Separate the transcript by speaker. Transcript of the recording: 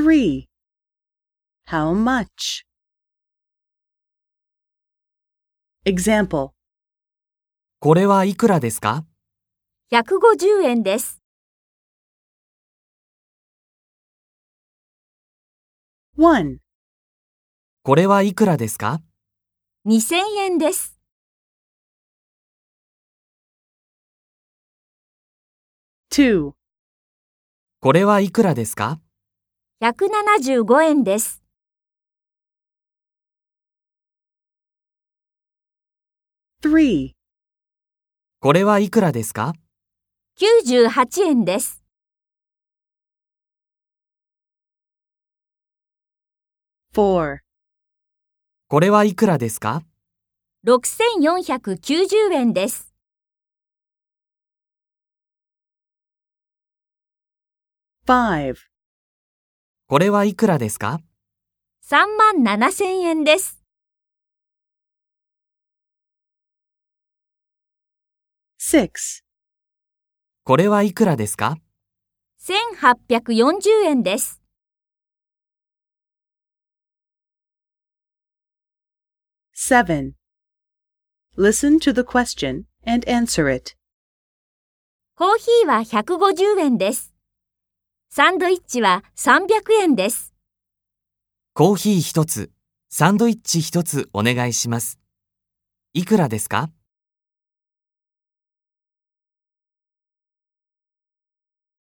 Speaker 1: 3. How much? Example.
Speaker 2: これはいくらですか
Speaker 3: 150円です。
Speaker 1: 1,
Speaker 2: これはいくらですか
Speaker 3: 2000円です。
Speaker 1: 2,
Speaker 2: これはいくらですか
Speaker 3: 175円です。
Speaker 1: 3,
Speaker 2: これはいくらですか
Speaker 3: 98円です。
Speaker 1: 4,
Speaker 2: これはいくらですか
Speaker 3: 6490円です。
Speaker 1: 5,
Speaker 2: これはいくらですか
Speaker 3: 3万7000円です。
Speaker 1: 6,
Speaker 2: これはいくらですか
Speaker 3: 1840円です。
Speaker 1: 7. Listen to the question and answer it.
Speaker 3: コーヒーは150円です。サンドイッチは300円です。
Speaker 2: コーヒー一つ、サンドイッチ一つお願いします。いくらですか